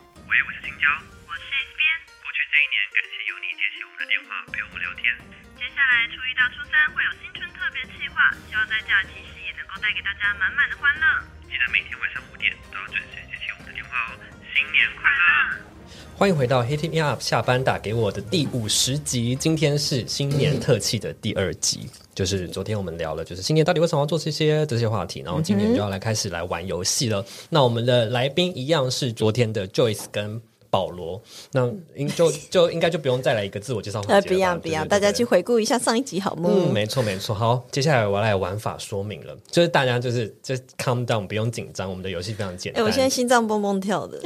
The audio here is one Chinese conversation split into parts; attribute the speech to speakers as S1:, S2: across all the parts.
S1: 瑶，我是一边。
S2: 过去这一年，感谢有你接起我们的电话，陪我们聊天。
S1: 接下来初一到初三会有新春特别企划，希望在假期时也能够带给大家满满的欢乐。
S2: 记得每天晚上五点都要准时接起我们的电话哦。新年快乐！
S3: 欢迎回到 Hitting Me Up 下班打给我的第五十集，今天是新年特辑的第二集，就是昨天我们聊了，就是新年到底为什么要做这些这些话题，然后今年就要来开始来玩游戏了。那我们的来宾一样是昨天的 Joyce 跟。保罗，那应 就就应该就不用再来一个自我介绍环节
S4: 呃，
S3: 了吧。
S4: 不要不
S3: 对
S4: 要，
S3: 对
S4: 大家
S3: 对
S4: 去回顾一下上一集好吗？
S3: 嗯，没错没错。好，接下来我要来玩法说明了，就是大家就是就是 calm down，不用紧张，我们的游戏非常简
S4: 哎，
S3: 单。
S4: 我现在心脏蹦蹦跳
S3: 嗯
S4: 的，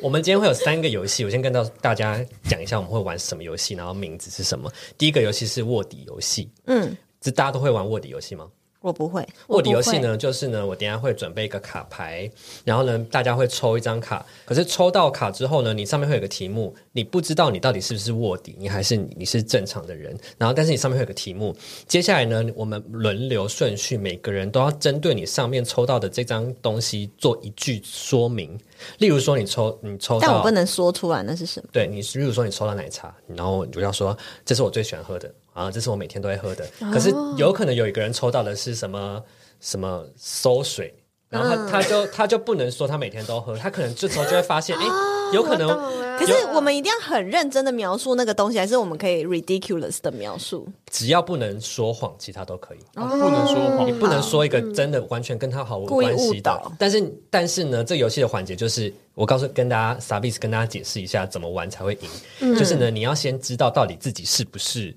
S3: 我们今天会有三个游戏，我先跟到大家讲一下我们会玩什么游戏，然后名字是什么。第一个游戏是卧底游戏，
S4: 嗯，
S3: 这大家都会玩卧底游戏吗？
S4: 我不会，
S3: 卧底游戏呢，就是呢，我等一下会准备一个卡牌，然后呢，大家会抽一张卡。可是抽到卡之后呢，你上面会有个题目，你不知道你到底是不是卧底，你还是你是正常的人。然后，但是你上面会有个题目，接下来呢，我们轮流顺序，每个人都要针对你上面抽到的这张东西做一句说明。例如说，你抽你抽到，
S4: 但我不能说出来那是什么。
S3: 对你，例如说你抽到奶茶，然后你就要说这是我最喜欢喝的啊，这是我每天都会喝的。可是有可能有一个人抽到的是什么什么馊水，然后他、他就他就不能说他每天都喝，他可能这时候就会发现，哎、有可能
S4: 可是我们一定要很认真的描述那个东西，还是我们可以 ridiculous 的描述？
S3: 只要不能说谎，其他都可以。
S4: 哦
S5: 不能说
S3: 你
S5: 谎。
S3: 不能说一个真的完全跟他毫无
S4: 嗯故意
S3: 关系
S4: 误
S3: 的
S4: 导。
S3: 但是，但是呢，这游戏的环节就是，我告诉跟大家 s a b i s 跟大家解释一下怎么玩才会赢。
S4: 嗯
S3: 就是呢，你要先知道到底自己是不是。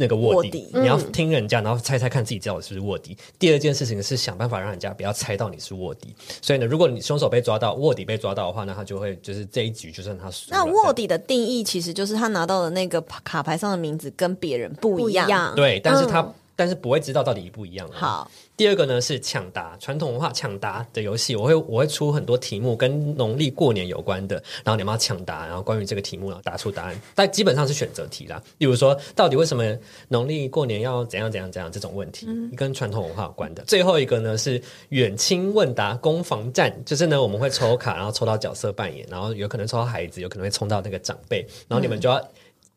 S3: 那个卧底，
S4: 卧
S3: 你要听人家，然后猜猜看自己到底是不是卧底。第二件事情是想办法让人家不要猜到你是卧底。所以呢，如果你凶手被抓到，卧底被抓到的话，那他就会就是这一局就算他输了。
S4: 那卧底的定义其实就是他拿到的那个卡牌上的名字跟别人不一样。
S3: 这样对，但是他、但是不会知道到底一不一样啊。
S4: 嗯好，
S3: 第二个呢是抢答，传统文化抢答的游戏，我会我会出很多题目跟农历过年有关的，然后你们要抢答，然后关于这个题目，然后答出答案，但基本上是选择题啦。例如说，到底为什么农历过年要怎样怎样怎样这种问题，跟传统文化有关的。最后一个呢是远亲问答攻防战，就是呢我们会抽卡，然后抽到角色扮演，然后有可能抽到孩子，有可能会抽到那个长辈，然后你们就要。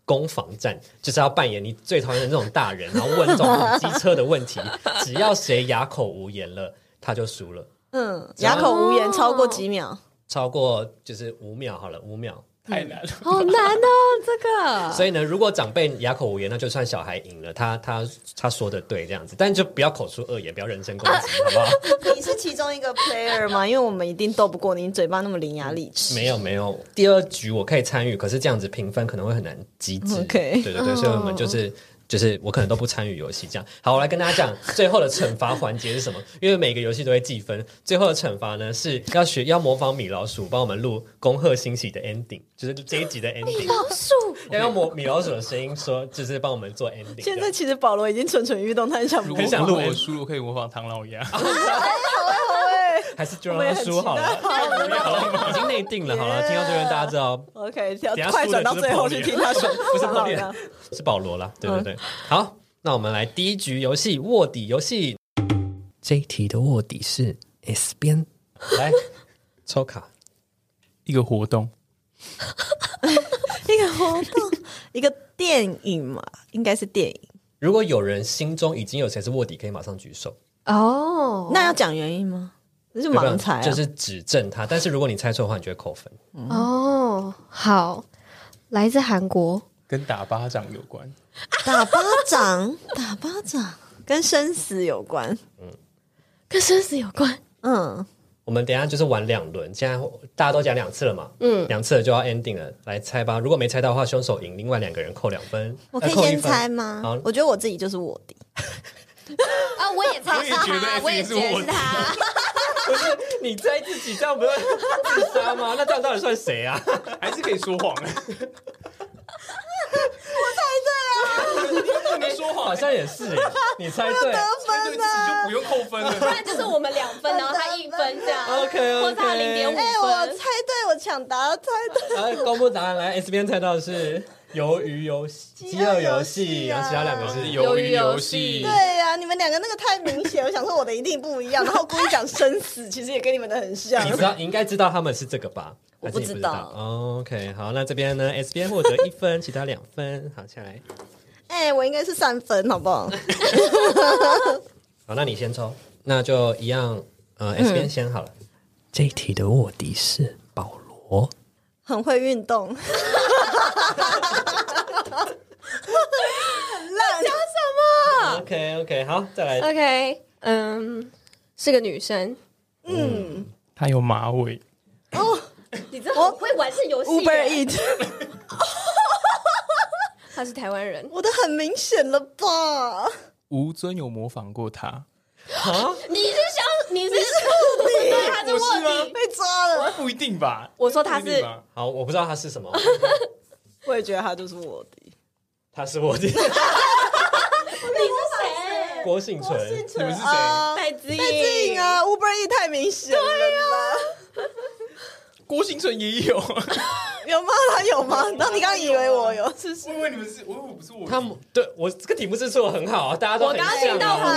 S3: 攻防战，就是要扮演你最讨厌的那种大人，然后问这种很机车的问题。 只要谁哑口无言了，他就输了。
S4: 嗯，哦哑口无言超过几秒，
S3: 超过就是五秒好了，五秒。
S5: 太难了，
S6: 好难哦，这个
S3: 所以呢，如果长辈哑口无言，那就算小孩赢了，他他他说的对这样子，但就不要口出恶言，不要人身攻击，好不好？
S4: 你是其中一个 player 吗？因为我们一定斗不过你，你嘴巴那么伶牙俐齿。
S3: 没有没有，第二局我可以参与，可是这样子评分可能会很难极致。
S4: OK 嗯
S3: 对对对，所以我们就是。就是我可能都不参与游戏，这样好，我来跟大家讲最后的惩罚环节是什么？因为每个游戏都会计分，最后的惩罚呢是要学要模仿米老鼠帮我们录《恭贺新喜》的 ending，就是这一集 的 ending，
S6: 老鼠
S3: 要用模米老鼠的声音说，就是帮我们做 ending 这
S4: 现
S3: 样。
S4: 在其实保罗已经蠢蠢欲动，他很想
S5: 如
S4: 模
S5: 果
S3: 很想
S4: 仿。
S3: 录
S5: 我输了，可以模仿唐老鸭。
S4: 哎
S3: 还是 就让他输好了，已经内定了。好了，听到这边大家知道
S4: OK，要
S3: 等下
S4: 呃快
S3: 输
S4: 转
S3: 的
S4: 到
S3: 就是
S4: 最后
S3: Paulie
S4: 去听他说，
S3: 不是
S4: 好嗯
S3: 破裂
S4: 了，
S3: 是保罗啦，对对对。好，那我们来第一局游戏卧底游戏。这一题的卧底是 S 边，来抽卡。
S5: 一个活动，
S4: 一个活动，一个电影嘛，应该是电影。
S3: 如果有人心中已经有谁是卧底，可以马上举手，
S6: 哦，
S4: 那要讲原因吗？这是
S3: 对吧
S4: 盲猜啊，
S3: 就是指证他。但是如果你猜错的话，你就会扣分。
S6: 哦好，来自韩国，
S5: 跟打巴掌有关。
S4: 打巴掌， 打巴掌跟生死有关。
S6: 跟生死有关，
S4: 嗯，
S3: 我们等一下就是玩两轮，现在大家都讲两次了嘛，
S6: 嗯
S3: 两次了就要 ending 了，来猜吧。如果没猜到的话，凶手赢，另外两个人扣两分，
S4: 我可以
S3: 呃扣一
S4: 先
S3: 分
S4: 猜吗
S3: 好？
S4: 我觉得我自己就是卧底，
S7: 啊，我也猜
S5: 我也
S7: 是
S5: 觉得
S7: 他，我也
S5: 是
S7: 觉得
S5: 我
S7: 是他。
S3: 不是 你猜自己这样不是自杀 吗？那这样到底算谁啊？
S5: 还是可以说谎。我猜对了，你又不能说
S3: 好
S5: 谎，
S3: 像也是耶，你猜对。
S5: 猜 对自己就不用扣分
S7: 不
S5: 了。
S7: 然就是我们两分，然后他一分这样，
S3: OK
S7: 或者他
S3: OK，
S7: 0.5
S4: 哎，我猜对，我猜抢答猜的，
S3: 来哎公布答案，来 S 边猜到的是鱿鱼游戏、
S4: 饥饿
S3: 饥饿
S4: 游
S3: 游戏
S4: 戏
S3: 然
S4: 啊
S3: 后其他两个是
S5: 是
S3: 鱿
S5: 鱿
S7: 鱿
S5: 鱼
S7: 鱼
S5: 游
S7: 游
S5: 戏
S7: 戏，
S4: 对呀、你们两个那个太明显，我想说我的一定不一样，然后故意讲生死，其实也跟你们的 很像
S3: 你。知道，你应该知道他们是这个吧？
S4: 我
S3: 还是你
S4: 不
S3: 不
S4: 知
S3: 道
S4: 道。
S3: OK，好，那这边呢，S 边获得一分，其他两分。好，下来，
S4: 哎、我应该是三分，好不好？
S3: 好，那你先抽，那就一样，
S4: 嗯
S3: 呃，S 边先好了。这一题的卧底是保罗，
S4: 很会运动。 很烂，
S3: OK OK，好，再来。
S6: OK，嗯，是个女生，
S4: 嗯
S5: 他有马尾，
S7: 你真的很会玩这游戏耶。
S4: ，Uber Eat，
S6: 她是台湾人。
S4: 我的很明显了吧？
S5: 吴尊有模仿过他，
S7: 你是想你是卧底，对，他是
S5: 我是
S7: 卧
S5: 吗
S7: 底。
S4: 被抓了，
S5: 哎不一定吧？
S6: 我说她是
S3: 好，我不知道他是什 么，
S4: 我也觉得他就是卧底。
S3: 他是 卧底。
S7: 你是谁？
S3: 郭幸存，
S5: 你们是谁
S4: 啊
S6: 戴资
S4: 戴志颖
S6: 颖，
S4: 啊，Uber E 太明显了啦，
S5: 郭兴存也 有，我
S4: 有吗？他有吗？然后你刚刚以为我有，是不是？
S5: 以为你们是，我以为我不是我。
S3: 他们对我这个题目是做的很好啊，大家都
S6: 我
S3: 很
S6: 刚刚
S3: 像
S6: 听到
S3: 啊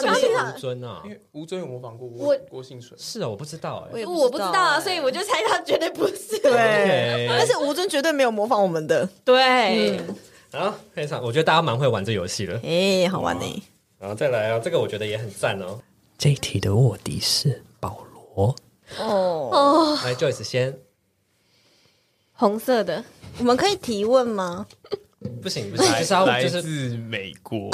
S3: 为
S6: 尊，我
S3: 什么
S6: 刚刚
S3: 是
S6: 听到
S3: 吴尊啊
S5: 因？为吴尊有模仿过
S7: 我
S5: 郭兴 存，
S3: 是啊，我不知道哎、
S4: 也
S6: 我不知道啊，所以我就猜她绝对不是。
S4: 对
S3: OK
S4: 但欸是吴尊绝对没有模仿我们的，
S6: 对，
S3: 好，非常，我觉得大家蛮会玩这游戏的。
S4: 哎，好玩呢。
S3: 然后再来啊，这个我觉得也很赞哦。这一题的卧底是保罗。
S4: 哦，
S6: 哦，
S3: 来，Joyce 先，
S6: 红色的，
S4: 我们可以提问吗？
S3: 不行不行，就是要就是
S5: 自美 国，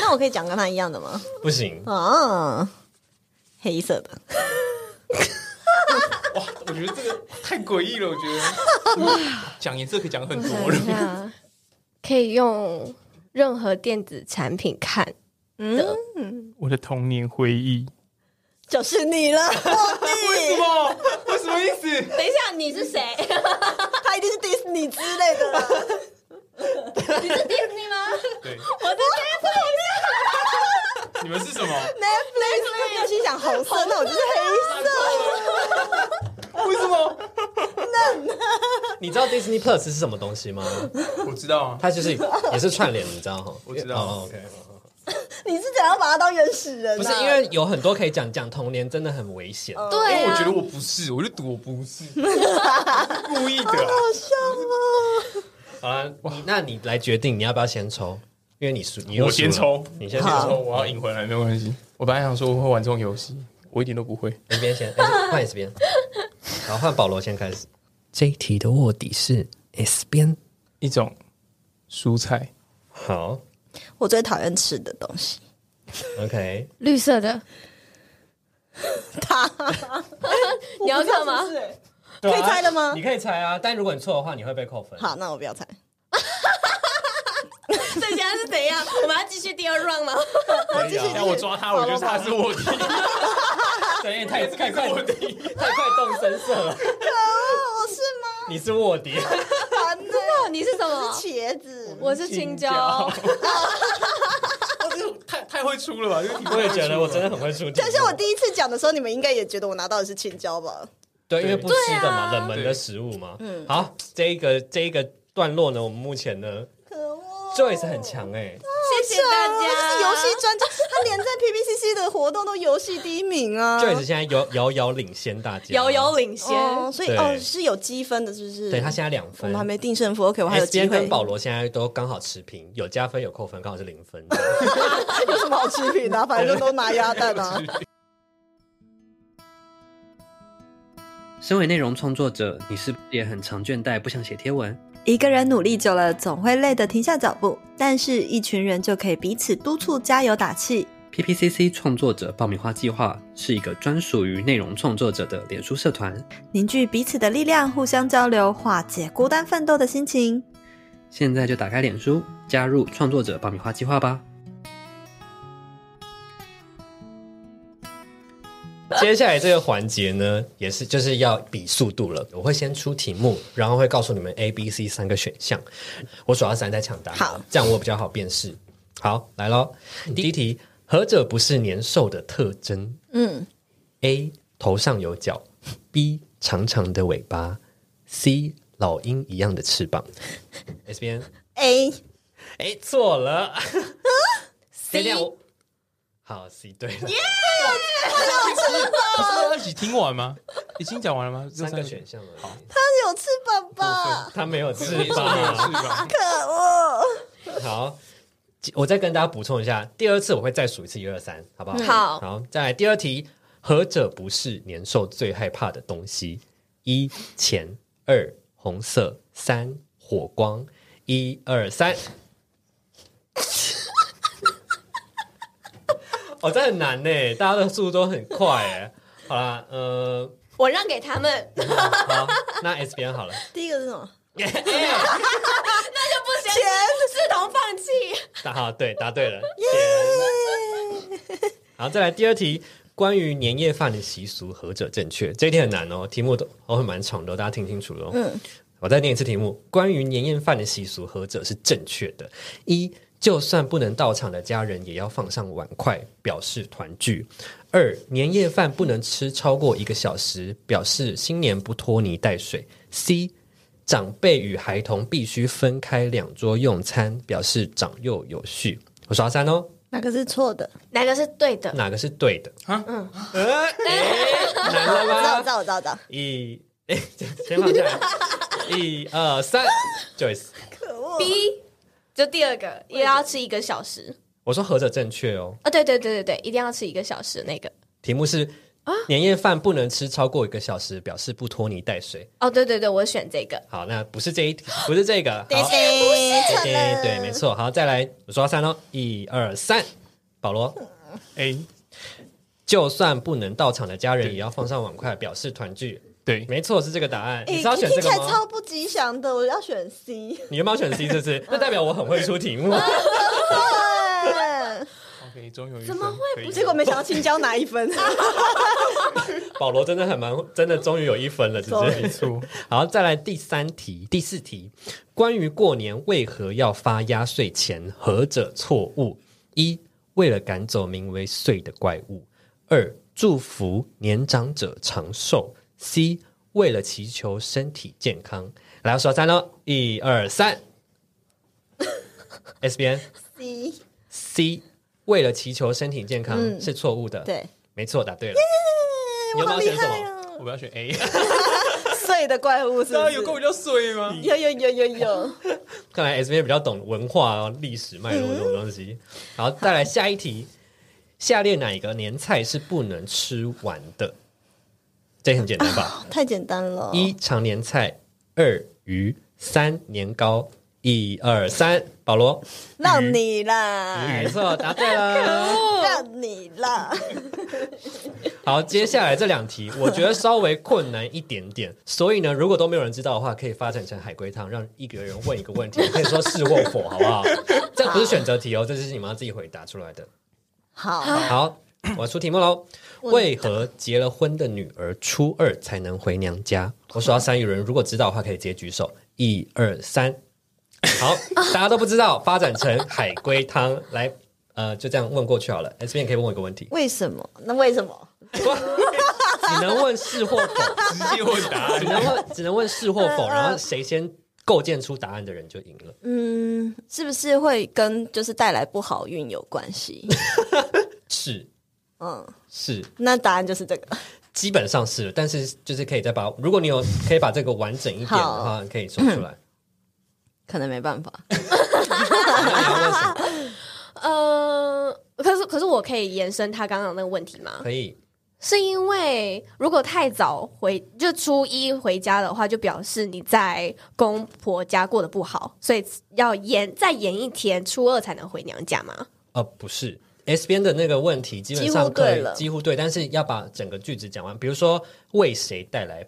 S4: 那我可以讲跟他一样的吗？
S3: 不行，
S4: 啊，黑色的，
S5: 我觉得这个太诡异了，我觉得讲颜色可以讲很
S6: 我
S5: 多
S6: 想一
S5: 了。
S6: 下，可以用任何电子产品看。
S4: 嗯，
S5: 我的童年回忆，
S4: 就是你了， 卧
S5: 什
S4: 底，
S5: 么？我什么意思？
S7: 等一下，你是谁？
S4: 他一定是迪士尼之类的 啦。
S7: 你是迪士尼吗？
S5: 对，
S7: 我的天，
S5: 你们是什么？
S4: Netflix，我心想红色，那我就是黑色。
S5: 为什么？
S3: 你知道 Disney Plus 是什么东西吗？
S5: 我知道啊，
S3: 它就是也是串联，你知道哈？
S5: 我知道啊
S3: 哦，OK，好好
S4: 你是想要把他当原始人
S3: 不
S4: 啊？呃
S3: 是因为有很多可以讲，讲童年真的很危险。
S6: 对
S5: 哦我
S6: 啊
S5: 觉得我不是，我就赌我不 是，故意的啊。
S4: 好笑哦。
S3: 好了，你那你来决定你要不要先抽，因为你输，你又
S5: 我先
S3: 输了
S5: 抽
S3: 你先
S5: 那时
S3: 抽，
S5: 候我要赢回来，没有关系。我本来想说我会玩这种游戏，我一点都不会。
S3: 你边先，哎换 S 边，好，换保罗先开始。这一题的卧底是 S 边，
S5: 一种蔬菜，
S3: 好
S4: 我最讨厌吃的东西，
S3: ，OK，
S6: 绿色的，
S4: 他
S6: 你要看吗？
S3: 对啊
S4: 可以猜的吗
S3: 你可以猜啊，但如果你错的话，你会被扣分。
S4: 好，那我不要猜。啊
S7: 这现在是怎样？我们要继续第二 round 吗？
S3: 可以啊，
S5: 要我抓他，我觉得他 是卧底，
S3: 对，太太快卧底，太快动声色了。
S4: 我是吗？
S3: 你是卧底，
S4: 烦呢，
S6: 哦，你是什么？
S4: 茄子，
S6: 我是青椒，
S5: 太太会出了吧？这个题目
S3: 我也觉得我真的很会出题。
S4: 但是我第一次讲的时候，你们应该也觉得我拿到的是青椒吧？
S3: 对，因为不吃的
S4: 啊
S3: 嘛，冷门的食物嘛。嗯，好，这一个这一个段落呢，我们目前呢
S4: 可恶
S3: ，Joyce 很强哎，
S4: 啊
S7: 谢谢大
S4: 他就是游
S7: 家。
S4: 戏专家，他连在 PPCC 的活动都游戏第一名啊。
S3: ，Joyce 现在遥遥遥领先大家，
S6: 遥遥领先。
S4: 哦，所以
S3: 对
S4: 哦是有积分的，是不是？
S3: 对他现在两
S4: 我
S3: 分
S4: 们还。没定胜负，OK，我还有
S3: S
S4: 机
S3: 边
S4: 会。
S3: 跟保罗现在都刚好持平，有加分有扣分，刚好是零分。
S4: 有什么好吃品的、啊反正都拿鸭蛋啊。
S8: 身为内容创作者，你是不是也很常倦怠，不想写贴文？
S9: 一个人努力久了，总会累得停下脚步，但是一群人就可以彼此督促、加油打气。
S8: PPCC 创作者爆米花计划是一个专属于内容创作者的脸书社团，
S9: 凝聚彼此的力量，互相交流，化解孤单奋斗的心情。
S8: 现在就打开脸书，加入创作者爆米花计划吧。
S3: 接下来这个环节呢，也是就是要比速度了。我会先出题目，然后会告诉你们 A、B、C 三个选项。我数到三再抢答，
S4: 好，
S3: 这样我比较好辨识。好，来喽，第一题，何者不是年兽的特征
S4: 嗯，
S3: ？A. 头上有角 B 长长的尾巴，C 老鹰一样的翅膀。S 边，
S4: A
S3: 哎，错 了。C 我哎好 C 对了，
S5: 不是要一起听完吗？已经讲完了吗？
S3: 三个选项而已。好，
S4: 有翅膀吧？
S3: 他没有翅
S5: 是吧？
S3: 膀
S5: 是。吧？
S4: 可恶！
S3: 好，我再跟大家补充一下，第二次我会再数一次一二三，好不好？
S6: 好
S3: 好，再来第二题，何者不是年兽最害怕的东西？一钱，二红色，三火光。一二三， 哦，这很难呢，大家的速度都很快哎。好啦，呃，
S6: 我让给他们，
S3: 好，那 S 边好了。
S4: 第一个是什么？
S6: 不行，视同放弃。
S3: 答好，对，答对了。好，再来第二题，关于年夜饭的习俗，何者正确？这一题很难哦，题目都哦会蛮长的哦，大家听清楚喽。嗯，我再念一次题目：关于年夜饭的习俗，何者是正确的？一，就算不能到场的家人，也要放上碗筷，表示团聚。二，年夜饭不能吃超过一个小时，表示新年不拖泥带水。C，长辈与孩童必须分开两桌用餐，表示长幼有序。我刷三哦，
S4: 哪个是错的？
S6: 哪个是对的？
S3: 哪个是对的？
S5: 啊
S3: 嗯，哎难了
S4: 我知道，
S3: 吧
S4: 我知？道，我知道，我知道。
S3: 一，哎，先放下来，一二三，Joyce，
S6: B，就第二个，也要吃一个小时。
S3: 我说何者正确哦？
S6: 哦，对对对对对，一定要吃一个小时那个。
S3: 题目是年夜饭不能吃超过一个小时，表示不拖泥带水。
S6: 哦，对对对，我选这个。
S3: 好，那不是这一题，不是这 个，好，
S4: 不
S3: 对对对，没错。好，再来，我说到三哦，一二三，保罗。
S5: 哎，
S3: 就算不能到场的家人，也要放上碗筷表示团聚。
S5: 对，
S3: 没错，是这个答案。你是要选
S4: 哎听
S3: 这个
S4: 起来
S3: 吗
S4: 超？不吉祥的，我要选 C。
S3: 你有没有选 C？这次， 那代表我很会出题目。
S4: 对，
S5: OK，终于有一
S6: 怎么
S5: 分可以
S4: 结果没想到青椒拿一分。
S3: 保罗真的很蛮，真的终于有一分了，是不
S5: 没
S3: 是？
S5: 错，
S3: 好，再来第三题、第四题，关于过年为何要发压岁钱，何者错误？一，为了赶走名为“岁”的怪物；二，祝福年长者长寿；C，为了祈求身体健康。来，我数到三喽，一二 三。S 边
S4: C
S3: C，为了祈求身体健康、
S4: 嗯
S3: 是错误的，，
S4: 对，
S3: 没错，答对了。你要不要选什么？
S4: 哦
S5: 我们要选 A，
S4: 碎的怪物是不
S5: 大家
S4: 是？
S5: 有跟我叫碎吗？
S4: 有有有有有，
S3: 看来 S B 比较懂文化、哦、历史脉络这种东西。好，再来下一题，下列哪一个年菜是不能吃完的？这很简单吧？
S4: 太简单了。
S3: 一常年菜，二鱼，三年糕。一二三，保罗，
S4: 让你啦，
S3: 没错，答对了。
S4: 让你啦，
S3: 好，接下来这两题，我觉得稍微困难一点点，所以呢，如果都没有人知道的话，可以发展成海龟汤，让一个人问一个问题，可以说是或否，好不好？这不是选择题哦，这是你们要自己回答出来的。
S4: 好，
S3: 好，我出题目喽。为何结了婚的女儿初二才能回娘家？我数到三，有人如果知道的话，可以直接举手。一二三，好，大家都不知道，发展成海龟汤。来，呃，就这样问过去好了。S 边可以问我一个问题，
S4: 为什么？那为什么？
S3: 只能问是或否，
S5: 直接问答
S3: 只
S5: 案。
S3: 能问只能问是或否，然后谁先构建出答案的人就赢了。
S4: 嗯，是不是会跟就是带来不好运有关系？
S3: 是
S4: 嗯，
S3: 是，
S4: 那答案就是这个。
S3: 基本上是，但是就是可以再把，如果你有可以把这个完整一点的话，可以说出 来。
S4: 可能没办法，
S3: 那你要问什么？
S6: 呃，可是可是我可以延伸他刚刚那个问题吗？
S3: 可以。
S6: 是因为如果太早回，就初一回家的话，就表示你在公婆家过得不好，所以要延再延一天，初二才能回娘家吗？
S3: 呃，不是 S 边的那个问题，基本上
S4: 几乎对
S3: 可以
S4: 了
S3: 几乎对，但是要把整个句子讲完。比如说，为谁带来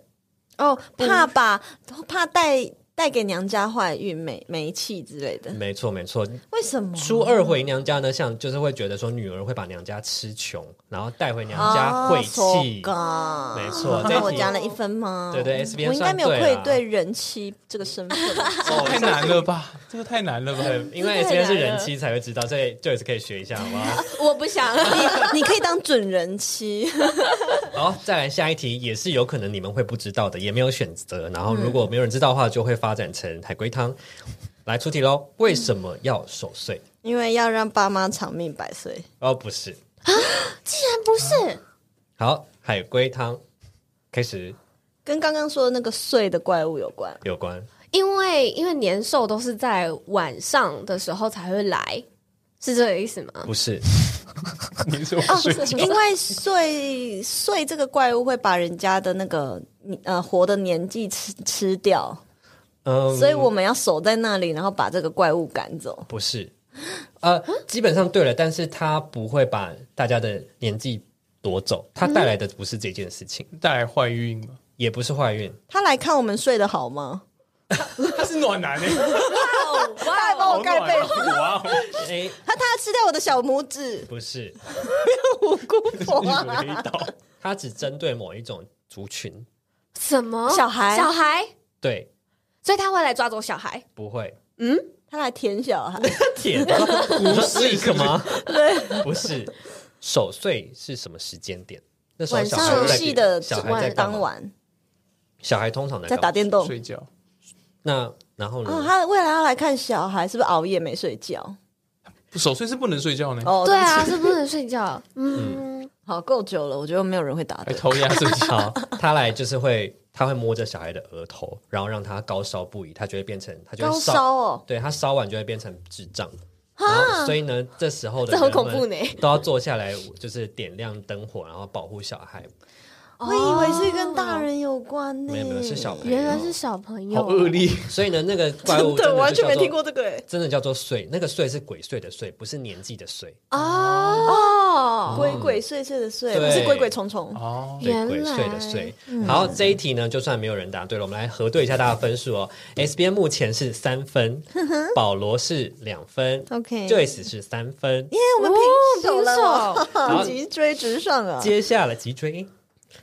S4: 哦，怕把怕带带给娘家坏运、霉霉气之类的。
S3: 没错，没错。
S4: 为什么？
S3: 初二回娘家呢，像就是会觉得说女儿会把娘家吃穷，然后带回娘家晦气。
S4: 哦
S3: 没
S4: 所
S3: 错这
S4: 以那
S3: 一
S4: 我
S3: 题
S4: 加了一分吗？
S3: 对对，S 边
S4: 我应该没有
S3: 算对
S4: 愧
S3: 啦
S4: 对人妻这个身份。
S5: 太难了吧？ 这个太难了吧？
S3: 呃因为 S 边是人妻才会知道，所以 Joyce 可以学一下，好不好？
S6: 我不 想。
S4: 你可以当准人妻，
S3: 好，再来下一题，也是有可能你们会不知道的，也没有选择。然后如果没有人知道的话，就会发展成海龟汤。来出题喽，为什么要守岁？
S4: 因为要让爸妈长命百岁。
S3: 哦，不是。
S7: 竟然不是，
S3: 好，海龟汤开始
S4: 跟刚刚说的那个碎的怪物有关，
S3: 有 关。
S6: 因为因为年兽都是在晚上的时候才会来，是这个意思 吗？
S3: 不是，
S5: 你说睡觉
S4: 因为碎碎这个怪物会把人家的那个呃活的年纪吃吃掉，
S3: 嗯，
S4: 所以我们要守在那里，然后把这个怪物赶走。
S3: 不是，呃，基本上对了，但是他不会把大家的年纪夺走，他带来的不是这件事情，
S5: 带来坏运吗？
S3: 也不是坏 运，
S4: 他来看我们睡得好吗？
S5: 他是暖男欸诶，
S6: 哦
S4: 他还帮我盖被
S5: 好
S4: 子，
S5: 暖哦哇哦！
S3: 哎，
S4: 他他吃掉我的小拇指，
S3: 不 是，
S4: 无辜婆 啊
S5: 黑道
S3: 他只针对某一种族群，
S6: 什么
S4: 小孩
S6: 小孩，
S3: 对，
S6: 所以他会来抓走小孩。
S3: 不会，
S4: 他来舔小孩，
S3: 天，不是什么，对，不是，守岁是什么时间点？那时候
S4: 晚
S3: 小
S4: 上
S3: 孩
S4: 游
S3: 在
S4: 戏的
S3: 小孩在干
S4: 当
S3: 嘛？
S4: 晚
S3: 小孩通常在
S4: 在
S3: 干嘛
S4: 打电动。
S5: 睡觉，
S3: 那然后
S4: 哦，
S3: 呢？
S4: 他未来要来看小孩，是不是熬夜没睡觉？
S5: 守岁是不能睡觉呢，
S4: 哦，
S6: 对啊，
S4: 不起
S6: 是不能睡觉。 嗯，
S4: 好够久了，我觉得没有人会答
S5: 还
S4: 对。
S5: 偷压睡觉。
S3: 好，他来就是会，他会摸着小孩的额头，然后让他高烧不已，他就会变成，他就
S4: 高
S3: 会
S4: 烧哦，
S3: 对他烧完就会变成智障。然后所以呢，这时候的
S6: 这很
S3: 人们
S6: 恐怖呢
S3: 都要坐下来，就是点亮灯火，然后保护小孩。
S4: 我以为是跟大人有关呢，
S3: 没有没有，是小朋友。
S6: 原来是小朋友。
S5: 好恶劣，
S3: 所以呢，那 个怪物真的
S4: 我完全没
S3: 就叫做
S4: 听过这个哎。
S3: 真的叫做岁，那个岁是鬼祟的岁，不是年纪的岁。
S6: 啊哦，
S4: 鬼鬼祟祟的祟，
S3: 对
S4: 不是鬼鬼虫虫。
S5: 哦，
S3: 对，
S6: 原
S3: 鬼祟
S6: 来
S3: 的祟。
S4: 嗯
S3: 好，这一题呢，就算没有人答对了，我们来核对一下大家的分数哦。S B 目前是三分，保罗是两分
S4: 嗯 OK
S3: ，Joyce 是三分。
S4: 哎，我们平手
S6: 哦
S4: 了，
S3: 好
S4: 急追直上啊，
S3: 接下来急追，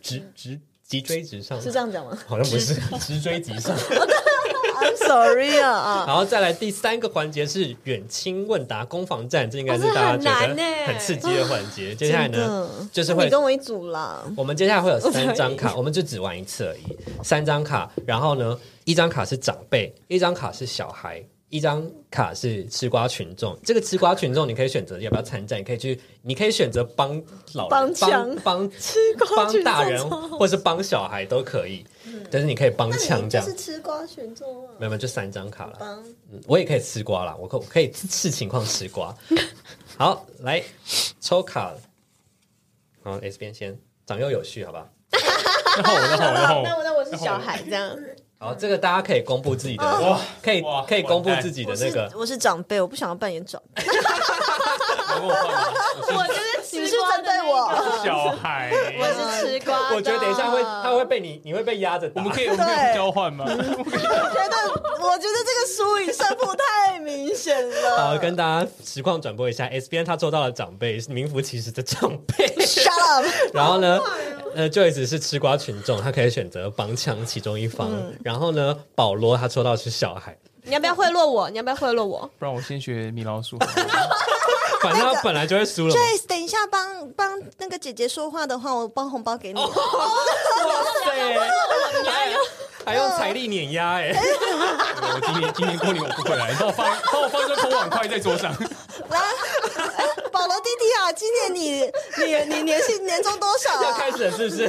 S3: 直直急追直上，
S4: 是这样讲吗
S3: 好像不是直追即 上。
S4: ？I'm sorry 啊啊，
S3: 然后再来第三个环节是远亲问答攻防战，这应该是
S6: 哦这
S3: 大
S6: 很
S3: 家觉
S6: 难
S3: 得
S6: 欸
S3: 很刺激的环节。接下来呢
S4: 真，
S3: 就是
S4: 那
S3: 会
S4: 你跟我一组啦。
S3: 我们接下来会有三张卡，我们就只玩一次而已。三张卡，然后呢，一张卡是长辈，一张卡是小孩，一张卡是吃瓜群众。这个吃瓜群众，你可以选择要不要参战，你可以去，你可以选择帮老
S4: 帮
S3: 人、
S4: 腔
S3: 帮帮
S4: 瓜
S3: 帮
S4: 群众
S3: 大人，
S4: 超好笑
S3: 或是帮小孩都可以。但是你可以帮腔这样，
S4: 吃瓜群众啊，
S3: 没有没有，就三张卡了。
S4: 帮
S3: 嗯我也可以吃瓜啦，我可我可以视情况吃瓜。 好，来抽卡了，好 S 边先，长幼有序，好吧？
S5: 那我那我那
S6: 那
S5: 我
S6: 我 那我是小孩这样。
S3: 好，这个大家可以公布自己的，
S5: 哇
S3: 可以
S5: 哇
S3: 可以公布
S5: 完蛋
S3: 自己的
S4: 哦我
S3: 那
S4: 是
S3: 个，
S4: 我是长辈，我不想要扮演长辈，
S5: 我我我
S6: 我 就是
S4: 你们
S6: 吃
S4: 是
S6: 瓜
S4: 针
S6: 的
S4: 对
S6: 那个，
S4: 我，
S5: 小孩，
S6: 我是吃瓜的。
S3: 我觉得等一下会，他会被你，你会被压着打。
S5: 我们可以我们可以交换吗？
S4: 我觉得我觉得这个输与胜负太明显了。
S3: 好，跟大家实况转播一下，S 边他抽到了长辈，是名副其实的长辈。
S4: Shut up！
S3: 然后呢，呃，Joyce 是吃瓜群众，他可以选择帮腔其中一方。
S4: 嗯
S3: 然后呢，保罗他抽到是小孩，
S6: 你要不要贿赂我？你要不要贿赂 我？
S5: 不然我先学米老鼠。
S4: 啊
S3: 反正他本来就会输了嘛。
S4: 对，哎等一下帮帮那个姐姐说话的话，我包红包给你。
S3: 哦哇塞，
S4: 哎
S3: 还用财力碾压哎！
S5: 我今年今年过年我不回来，帮我放帮我放这锅碗筷在桌上。
S4: 来，哎保罗弟弟啊，今年你你你年薪年终多 少
S3: 要
S4: 啊？
S3: 开始了是不是？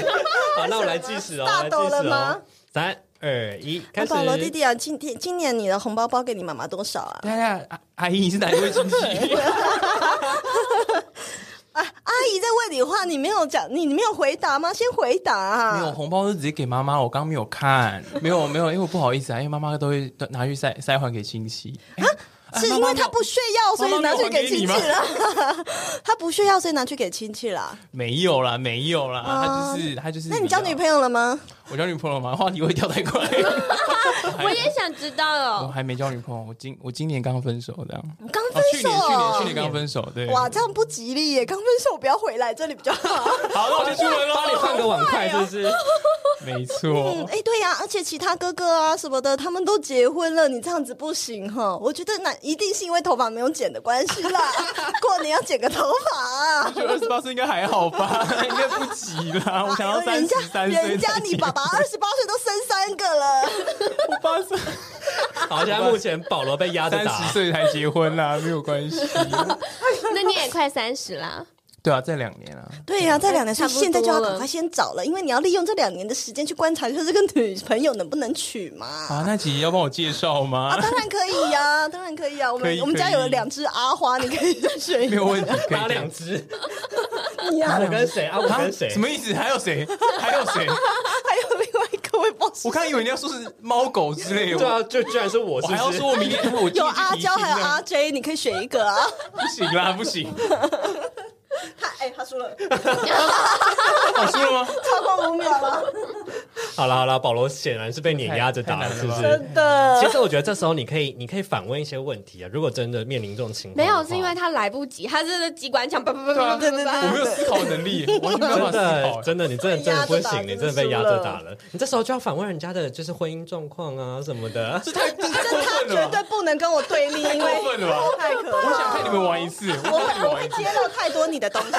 S3: 好，那我来计时哦，
S4: 大
S3: 来
S4: 抖
S3: 计
S4: 了
S3: 时哦
S4: 吗，
S3: 三二一，
S4: 那
S3: 开始。
S4: 保罗 弟弟啊，今天今年你的红包包给你妈妈多少啊？
S5: 大家阿阿姨，你是哪一位亲戚？
S4: 啊，阿姨在问你话，你没有讲，你你没有回答吗？先回答
S5: 没有
S4: 啊！
S5: 红包是直接给妈妈，我刚刚没有看，没有没有，因为我不好意思啊，因为妈妈都会拿去塞塞还给亲戚。哎
S4: 是因为他不炫耀，所以拿去给亲戚
S5: 妈妈
S4: 了。 他不炫耀，所以拿去给亲戚啦。
S5: 没有啦，没有啦，
S4: 啊
S5: 他就是他就是。
S4: 那你交女朋？友了吗？
S5: 我交女朋友吗？话题会跳 太快。
S7: 我也想知道
S5: 我
S7: 哦。
S5: 还没交女朋友，我今我今年刚分手，这样。
S4: 刚
S5: 哦
S4: 分，
S5: 去
S4: 手
S5: 年去年去
S4: 哦
S5: 年，刚分手，对。
S4: 哇，这样不吉利耶！刚分手不要回来，这里比较 好。
S5: 好，那我先出门
S3: 帮你
S5: 了。
S3: 换个碗筷是不是？
S5: 没
S4: 嗯，
S5: 错
S4: 哎、，对呀、而且其他哥哥啊什么的，他们都结婚了，你这样子不行哈。我觉得那一定是因为头发没有剪的关系 啦。过年要剪个头发、啊。
S5: 就二十八岁应该还好吧？ 应该不急啦。我想要三
S4: 人
S5: 十
S4: 家
S5: 三岁。
S4: 人家你爸爸二十八岁都生三个了，
S5: 我八岁，
S3: 好，现在目前保罗被压着
S5: 三十
S3: 打，
S5: 岁才结婚啦，没有关 系。
S7: 那你也快三十啦，
S5: 对啊，在两年啊，
S4: 对呀、这两年，所以
S7: 差不多
S4: 现在就要赶
S7: 了
S4: 快先找了，因为你要利用这两年的时间去观察，一下这个女朋友能不能娶嘛。
S5: 啊，那姐姐要帮我介绍吗
S4: 啊，？当然可以呀、 当然可以呀、我
S5: 可
S4: 们
S5: 以
S4: 我们家
S5: 可以
S4: 有了两只阿花，你可以选一个
S5: 没有问题，可以
S3: 打两只，你啊，我跟谁啊？我
S5: 啊
S3: 跟谁
S5: 什？么意思？还有谁？还有 谁？
S4: 还有另外一个我也不知道
S5: 我刚以为你要说是猫狗之类的，
S3: 对啊，就居然是我，
S5: 我
S3: 是
S5: 还要
S3: 不是
S5: 说？我明天我
S4: 有阿娇还有阿 J，你可以选 一个啊。
S5: 不行啦，不行，
S4: 他哎、他输了，
S5: 我输 了吗？
S4: 超过五秒了，
S3: 好了好了，保罗显然是被碾压着打
S5: 太
S3: 了，
S5: 太
S3: 是
S5: 难
S3: 不
S5: 了吧
S3: 是？
S4: 的
S3: 其实我觉得这时候你可以，你可以反问一些问题啊。如果真的面临这种情况的
S6: 没
S3: 话，
S6: 有，是因为他来不及，他真的机关枪，叭叭叭
S5: 对
S6: 叭
S5: 啊
S6: 叭叭
S5: 我没
S6: 叭。
S5: 有思考能力，我没 有
S3: 真
S5: 办法思考
S3: 的。真的，你真的真的不
S4: 被压着打
S3: 行，你真的被压着打了。 你这时候就要反问人家的就是婚姻状况啊什么 的。
S5: 这太这太
S4: 这他
S5: 过分
S4: 绝
S5: 了吧
S4: 对！不能跟我对立，因
S5: 太
S4: 为
S5: 过分了吧！
S4: 太可怕
S5: 我想
S4: 了。
S5: 看你们玩一次，我
S4: 我
S5: 想看你
S4: 会
S5: 们
S4: 我
S5: 玩
S4: 会
S5: 一次
S4: 揭。露太多你的东西，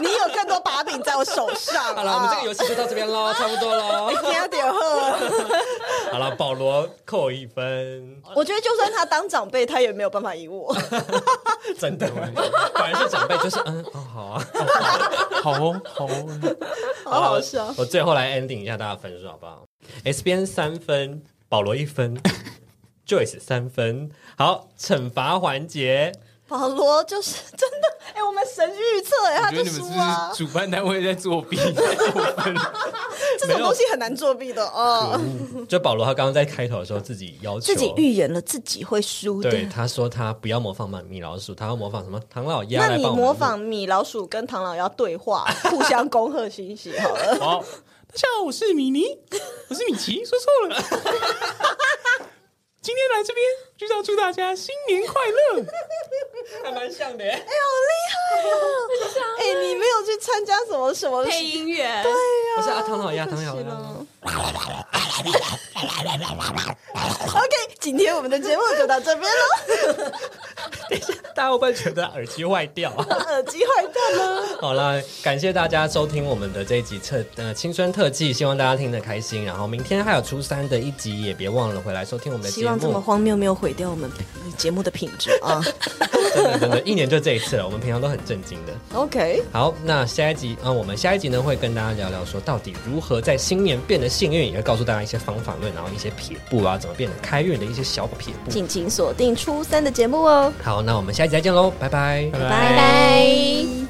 S4: 你有更多把柄在我手上。啊
S3: 好了，我们这个游戏就到这边 喽，差不多喽。
S4: 游点点喝。
S3: 好了，保罗扣一分，
S4: 我觉得就算他当长辈，他也没有办法赢 我。
S3: 真 的，反而是长辈就是嗯哦好啊。
S5: 好哦，好哦，
S4: 好好笑。
S3: 我最后来 ending 一下大家分数好不好？S 边三分，保罗一分 ，Joyce 三分。好，惩罚环节，
S4: 保罗就是真的，哎、我们神预测，哎，
S5: 我
S4: 他
S5: 觉得
S4: 就
S5: 你们是
S4: 输
S5: 不
S4: 啊
S5: 是。主办单位在作弊？在过分
S4: 这种东西很难作弊的哦。
S3: 嗯就保罗他刚刚在开头的时候自己要求
S4: 自己预言了自己会输的。
S3: 对，他说他不要模仿米老鼠，他要模仿什么唐老鸭
S4: 那
S3: 来
S4: 你
S3: 帮我们
S4: 模
S3: 录
S4: 仿米老鼠跟唐老鸭对话，互相恭贺新喜 好了。
S5: 好，大家好，我是米妮，我是米奇，说错了。今天来这边就是要祝大家新年快乐。
S4: 哎、你没有去参加什么什么
S6: 配音员，
S3: 不是啊，唐老鸭，
S4: 哎
S3: 唐老鸭。
S4: ？OK，今天我们的节目就到这边了，
S3: 大家会不会觉得耳机坏掉、啊
S4: 耳机坏掉了。
S3: 好啦，感谢大家收听我们的这一集特呃青春特辑，希望大家听得开心。然后明天还有初三的一集，也别忘了回来收听我们的
S4: 希
S3: 节
S4: 望这么
S3: 目。
S4: 荒谬没有毁掉我们节目的品质 啊。
S3: 真的真的，一年就这一次了，我们平常都很震惊的。
S4: OK，
S3: 好，那下一集啊、呃我们下一集呢会跟大家聊聊说，到底如何在新年变得幸运，也会告诉大家一些方法论，然后一些撇步啊，怎么变得开运的一些小撇步。
S4: 敬请锁定初三的节目哦。
S3: 好，那我们下一集再见喽，拜拜。
S7: 拜拜。